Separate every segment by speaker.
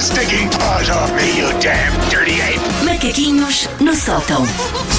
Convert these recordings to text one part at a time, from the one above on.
Speaker 1: sticking paws off me, you damn dirty ape!
Speaker 2: Macaquinhos no sótão.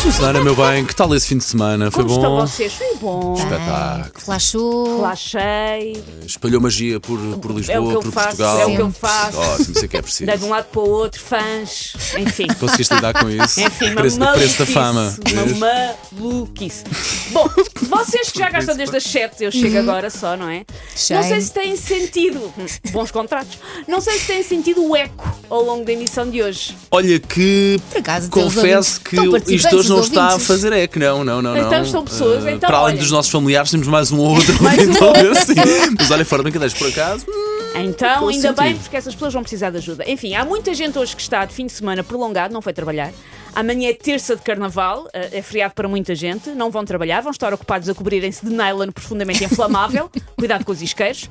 Speaker 3: Susana, meu bem, que tal esse fim de semana? Foi
Speaker 4: Como estão
Speaker 3: bom?
Speaker 4: vocês? Foi bom.
Speaker 3: Espetáculo.
Speaker 5: Relaxou.
Speaker 4: Tá Relaxei,
Speaker 3: Espalhou magia por, por
Speaker 4: é o
Speaker 3: Lisboa,
Speaker 4: que eu
Speaker 3: por
Speaker 4: faço,
Speaker 3: Portugal.
Speaker 4: é o que eu faço.
Speaker 3: Ótimo, isso é que é preciso.
Speaker 4: dei de um lado para o outro, fãs, enfim.
Speaker 3: Conseguiste lidar com isso?
Speaker 4: Enfim,
Speaker 3: o
Speaker 4: É, uma
Speaker 3: preço, o preço da fama.
Speaker 4: maluquice, Uma maluquice. Bom, vocês que já gastam desde as 7, eu chego
Speaker 3: Uhum.
Speaker 4: agora só, não é?
Speaker 5: Cheio.
Speaker 4: Não sei se têm sentido. hum, Bons contratos. Não sei se têm sentido o eco ao longo da emissão de hoje.
Speaker 3: Olha que
Speaker 5: Por acaso, tem os ouvintes-
Speaker 3: confesso que
Speaker 5: estão participantes
Speaker 3: isto hoje não
Speaker 5: os
Speaker 3: está a
Speaker 5: ouvintes.
Speaker 3: fazer é que não, não, não.
Speaker 4: Então
Speaker 3: não.
Speaker 4: são pessoas,
Speaker 3: Eh,
Speaker 4: então,
Speaker 3: Para além
Speaker 4: olha.
Speaker 3: dos nossos familiares, temos mais um ou outro. então, assim. Mas olha, fora de brincadeiras, por acaso, hum,
Speaker 4: Então,
Speaker 3: Com
Speaker 4: ainda bem,
Speaker 3: sentido.
Speaker 4: porque essas pessoas vão precisar de ajuda. Enfim, há muita gente hoje que está de fim de semana prolongado, não foi trabalhar. Amanhã é terça de carnaval, eh, é feriado para muita gente, não vão trabalhar, vão estar ocupados a cobrirem-se de nylon profundamente inflamável. Cuidado com os isqueiros.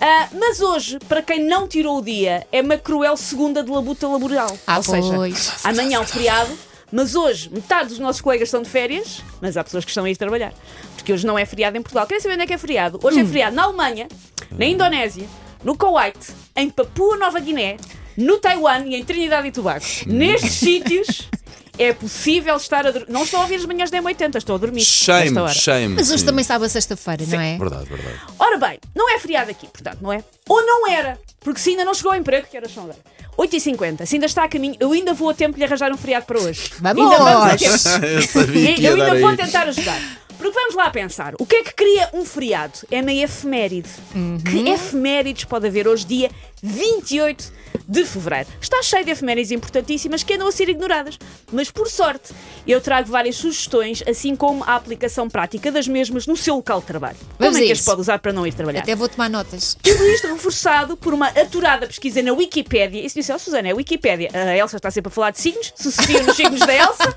Speaker 4: Ah, mas hoje, para quem não tirou o dia, é uma cruel segunda de labuta laboral.
Speaker 5: Ah,
Speaker 4: Ou seja,
Speaker 5: pois.
Speaker 4: amanhã é um feriado, mas hoje metade dos nossos colegas estão de férias, mas há pessoas que estão a ir trabalhar. Porque hoje não é feriado em Portugal. Querem saber onde é que é feriado?
Speaker 3: Hum.
Speaker 4: Hoje é feriado na Alemanha, na Indonésia, no Kuwait, em Papua Nova Guiné, no Taiwan e em Trinidade e Tobago.
Speaker 3: Hum.
Speaker 4: Nestes sítios. É possível estar a dormir. Não estou a ouvir as manhãs da M80, estou a dormir.
Speaker 3: shame,
Speaker 4: nesta hora.
Speaker 3: shame.
Speaker 5: Mas hoje
Speaker 3: Sim.
Speaker 5: também sabe a sexta-feira, não é?
Speaker 3: Verdade, verdade.
Speaker 4: Ora bem, não é feriado aqui, portanto, não é? Ou não era, porque se ainda não chegou ao emprego, que horas são agora? 8h50, se ainda está a caminho, eu ainda vou a tempo de lhe arranjar um feriado para hoje.
Speaker 5: Vamos!
Speaker 4: Ainda vamos a tempo.
Speaker 3: Eu sabia que ia
Speaker 4: Eu
Speaker 3: dar
Speaker 4: ainda
Speaker 3: aí.
Speaker 4: vou tentar ajudar. Porque vamos lá pensar, o que é que cria um feriado? É na efeméride.
Speaker 5: Uhum.
Speaker 4: Que efemérides pode haver hoje, dia 28 de fevereiro? Está cheio de efemérides importantíssimas que andam a ser ignoradas. Mas por sorte, eu trago várias sugestões, assim como a aplicação prática das mesmas no seu local de trabalho. como é
Speaker 5: Vamos a
Speaker 4: que as
Speaker 5: isso.
Speaker 4: pode usar para não ir trabalhar?
Speaker 5: Até vou tomar notas.
Speaker 4: Tudo isto reforçado por uma aturada pesquisa na Wikipédia. Isso disse, ó Susana, é a Wikipédia. A Elsa está sempre a falar de signos, se se fiam nos signos da Elsa,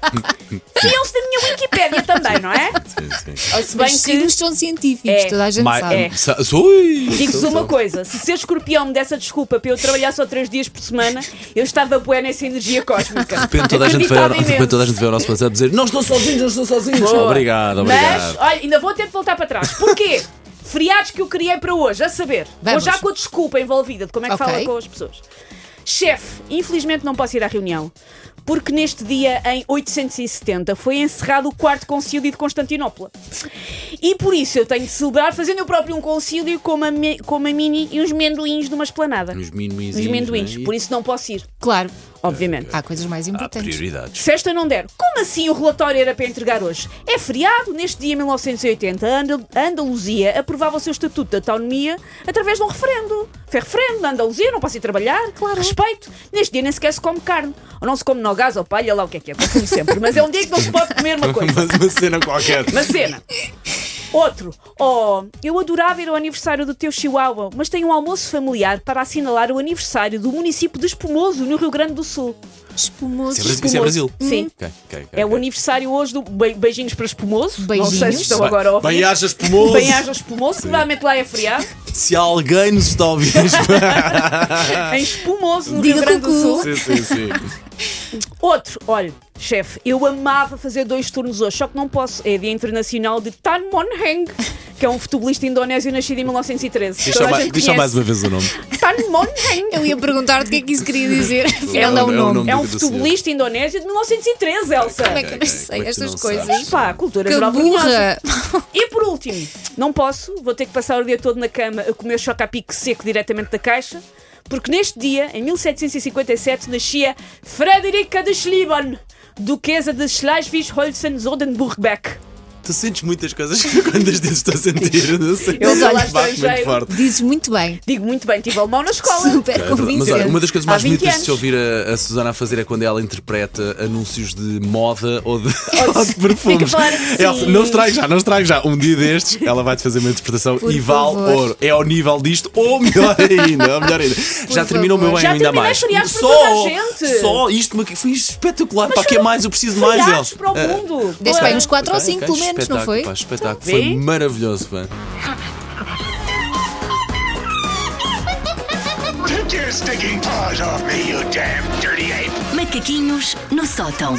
Speaker 4: fiam-se da minha Wikipédia também, não é?
Speaker 3: Sim, sim.
Speaker 4: Ou se
Speaker 5: Os
Speaker 4: bem que.
Speaker 5: signos são científicos,
Speaker 4: É.
Speaker 5: toda a gente
Speaker 3: Mas-
Speaker 5: sabe.
Speaker 4: É.
Speaker 3: Sa- Ui!
Speaker 4: Digo-vos
Speaker 3: Sou-
Speaker 4: uma
Speaker 3: sou-
Speaker 4: coisa, se ser escorpião me desse a desculpa para eu trabalhar só três dias por semana, eu estava bué nessa energia cósmica.
Speaker 3: De repente toda a gente veio,
Speaker 4: Acreditava
Speaker 3: de repente
Speaker 4: imenso.
Speaker 3: toda a gente veio ao nosso WhatsApp dizer não estou sozinhos, não estou sozinhos.
Speaker 4: Boa.
Speaker 3: Obrigado,
Speaker 4: Mas,
Speaker 3: obrigado.
Speaker 4: olha, ainda vou ter de voltar para trás. Porquê? Feriados que eu criei para hoje, a saber.
Speaker 5: Vamos.
Speaker 4: Vou já com a desculpa envolvida de como é que
Speaker 5: Ok.
Speaker 4: fala com as pessoas. Chefe, infelizmente não posso ir à reunião, porque neste dia, em 870, foi encerrado o quarto concílio de Constantinopla. E por isso eu tenho de celebrar fazendo eu próprio um concílio com uma, me- com uma mini e uns mendoins numa esplanada.
Speaker 3: Os minuizinhos,
Speaker 4: Uns mendoins.
Speaker 3: não é?
Speaker 4: Por isso não posso ir,
Speaker 5: Claro,
Speaker 4: obviamente.
Speaker 5: há coisas mais
Speaker 3: Há
Speaker 5: importantes.
Speaker 3: prioridades.
Speaker 4: Se esta não der, como assim o relatório era para entregar hoje? É feriado, neste dia 1980, a Andal- a Andaluzia aprovava o seu estatuto de autonomia através de um referendo. Foi referendo na Andaluzia, não posso ir trabalhar, claro. respeito. Neste dia nem sequer se come carne. Ou não se come nogás ou palha, lá o que é que é, confundo sempre. Mas é um dia que não se pode comer uma coisa.
Speaker 3: Mas uma cena qualquer. é
Speaker 4: Uma cena. Outro. Oh, eu adorava ir ao aniversário do teu Chihuahua, mas tenho um almoço familiar para assinalar o aniversário do município de Espumoso, no Rio Grande do Sul.
Speaker 5: Espumoso.
Speaker 3: Isso é Brasil. Brasil.
Speaker 4: Sim.
Speaker 3: Ok, ok, ok,
Speaker 4: É o
Speaker 3: ok.
Speaker 4: aniversário hoje do Be- Beijinhos para Espumoso. Não sei se
Speaker 5: Beijinhos.
Speaker 4: estão agora a ouvir.
Speaker 3: Bem ajas pomoso.
Speaker 4: Bem-ajas Espumoso, provavelmente lá é feriado.
Speaker 3: Se alguém nos está a ouvir.
Speaker 4: Em Espumoso, no
Speaker 5: Diga
Speaker 4: Rio Grande do
Speaker 5: cucu.
Speaker 4: Sul.
Speaker 3: Ah. sim, sim, sim.
Speaker 4: Outro, olha, chefe, eu amava fazer dois turnos hoje, só que não posso. É dia internacional de Tan Mon Heng, que é um futebolista indonésio nascido em 1913.
Speaker 3: Diz só
Speaker 4: Toda a
Speaker 3: mais-
Speaker 4: gente
Speaker 3: diz só mais um.
Speaker 4: conhece.
Speaker 3: uma vez o nome.
Speaker 4: Tan Mon Heng.
Speaker 5: Eu ia perguntar o que é que isso queria dizer. Afinal,
Speaker 3: um É
Speaker 5: dá
Speaker 3: o- é o
Speaker 5: um nome.
Speaker 3: nome.
Speaker 4: É um
Speaker 3: Dúvida do senhor.
Speaker 4: futebolista indonésio de 1913, Elsa.
Speaker 5: Como é que eu não sei
Speaker 3: Como é que
Speaker 5: estas
Speaker 3: não
Speaker 5: coisas?
Speaker 3: sabes?
Speaker 4: Pá, cultura
Speaker 5: Que
Speaker 4: geral vergonhosa.
Speaker 5: burra!
Speaker 4: E por último, não posso, vou ter que passar o dia todo na cama a comer chocapique seco diretamente da caixa, porque neste dia, em 1757, nascia Frederica de Schliemann, duquesa de Schleswig-Holstein-Sodenburg-Beck.
Speaker 3: Tu sentes muitas coisas quantas vezes estou a sentir. não sei.
Speaker 4: Eu sou lá
Speaker 3: Um baque muito
Speaker 4: estrangeiro.
Speaker 3: forte.
Speaker 5: Dizes muito bem.
Speaker 4: Digo muito bem, tive alemão na escola.
Speaker 5: Super
Speaker 3: É Mas olha,
Speaker 5: convincente.
Speaker 3: uma das coisas
Speaker 4: Há
Speaker 3: mais
Speaker 4: 20
Speaker 3: bonitas de se
Speaker 4: anos.
Speaker 3: ouvir a, a Susana a fazer é quando ela interpreta anúncios de moda ou de, ou de perfumes. É,
Speaker 4: Fica fora de
Speaker 3: Elsa,
Speaker 4: si.
Speaker 3: não estrague já, não estrague já. Um dia destes ela vai-te fazer uma interpretação
Speaker 5: Por
Speaker 3: e vale
Speaker 5: favor.
Speaker 3: ouro. É ao nível disto, ou melhor ainda, ou melhor ainda. já terminou o meu
Speaker 5: favor.
Speaker 3: bem
Speaker 4: Já
Speaker 3: ainda
Speaker 4: terminei
Speaker 3: mais.
Speaker 4: feriados para
Speaker 3: só,
Speaker 4: toda a gente.
Speaker 3: só isto me- foi espetacular. para que é
Speaker 4: foram
Speaker 3: mais? Eu preciso de mais,
Speaker 4: Feriados
Speaker 3: Elsa.
Speaker 4: para o
Speaker 3: Ah,
Speaker 4: mundo.
Speaker 5: Deste
Speaker 4: Boa.
Speaker 5: bem uns 4 ou
Speaker 3: ok,
Speaker 5: 5,
Speaker 3: ok,
Speaker 5: pelo menos, não
Speaker 3: espetáculo,
Speaker 5: foi?
Speaker 3: pá, espetáculo. Foi
Speaker 4: Vê?
Speaker 3: maravilhoso, pá.
Speaker 1: Take your sticking paws off me, you damn dirty ape!
Speaker 2: Macaquinhos no sótão.